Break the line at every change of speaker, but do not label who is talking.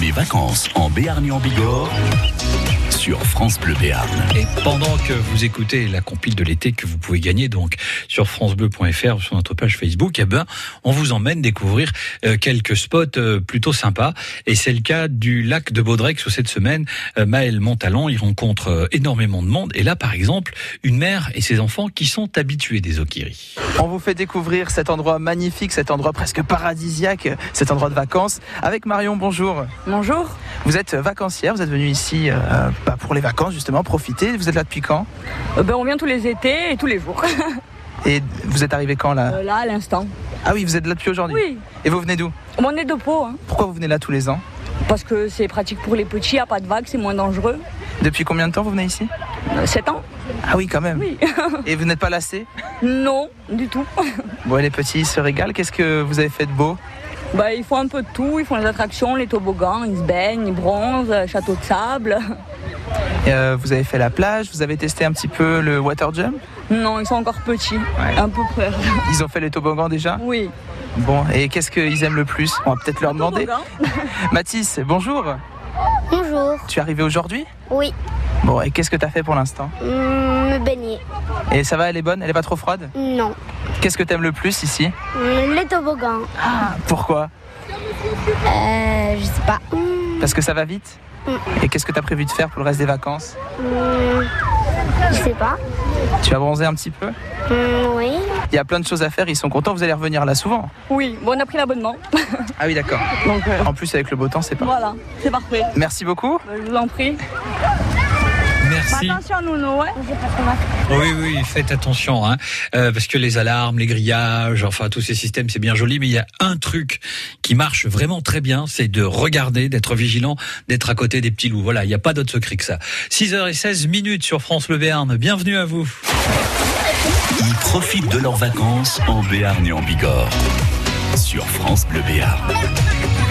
Les vacances en Béarn et en Bigorre sur France Bleu Béarn.
Et pendant que vous écoutez la compile de l'été que vous pouvez gagner donc sur francebleu.fr sur notre page Facebook, eh ben on vous emmène découvrir euh, quelques spots euh, plutôt sympas et c'est le cas du lac de Baudrec où cette semaine euh, Maël Montalon il rencontre euh, énormément de monde et là par exemple une mère et ses enfants qui sont habitués des okiris.
On vous fait découvrir cet endroit magnifique, cet endroit presque paradisiaque, cet endroit de vacances. Avec Marion, bonjour.
Bonjour,
Vous êtes vacancière, vous êtes venue ici euh, bah, pour les vacances justement, profiter. Vous êtes là depuis quand
Euh, ben, on vient tous les étés et tous les jours.
Et vous êtes arrivé quand là
Euh, Là, à l'instant.
Ah oui, vous êtes là depuis aujourd'hui.
Oui,
Et vous venez d'où
on est de peau, hein,
Pourquoi vous venez là tous les ans
parce que c'est pratique pour les petits, il a pas de vagues, c'est moins dangereux.
Depuis combien de temps vous venez ici
7 ans
Ah oui, quand même.
Oui.
Et vous n'êtes pas lassé
Non, du tout.
Bon, et les petits se régalent. Qu'est-ce que vous avez fait de beau
Bah, ils font un peu de tout, ils font les attractions, les toboggans, ils se baignent, ils bronzent, euh, château de sable.
Euh, Vous avez fait la plage, vous avez testé un petit peu le water jump.
Non, ils sont encore petits, un peu peur.
Ils ont fait les toboggans déjà.
Oui.
Bon, et qu'est-ce qu'ils aiment le plus On va peut-être leur demander.
Toboggan.
Mathis, bonjour.
Bonjour.
Tu es arrivé aujourd'hui
Oui,
Bon, et qu'est-ce que t'as fait pour l'instant
mm, me baigner.
Et ça va, elle est bonne Elle est pas trop froide
Non.
Qu'est-ce que t'aimes le plus ici
Mm, Les toboggans.
Pourquoi
Euh, je sais pas. Mm,
Parce que ça va vite Et qu'est-ce que t'as prévu de faire pour le reste des vacances
mm, je sais pas.
Tu vas bronzer un petit peu
Mm, oui.
Il y a plein de choses à faire, ils sont contents, vous allez revenir là souvent.
Oui, bon, on a pris l'abonnement.
Ah oui, d'accord.
Donc euh,
En plus, avec le beau temps, c'est pas.
voilà, c'est parfait.
Merci beaucoup.
Bah, je vous en prie.
Merci.
Attention, Nounou, ouais.
Oui, oui, faites attention, hein, euh, parce que les alarmes, les grillages, enfin tous ces systèmes, c'est bien joli, mais il y a un truc qui marche vraiment très bien, c'est de regarder, d'être vigilant, d'être à côté des petits loups. Voilà, il n'y a pas d'autre secret que ça. 6h16 minutes sur France Le Béarn, bienvenue à vous.
Ils profitent de leurs vacances en Béarn et en Bigorre sur France Bleu Béarn.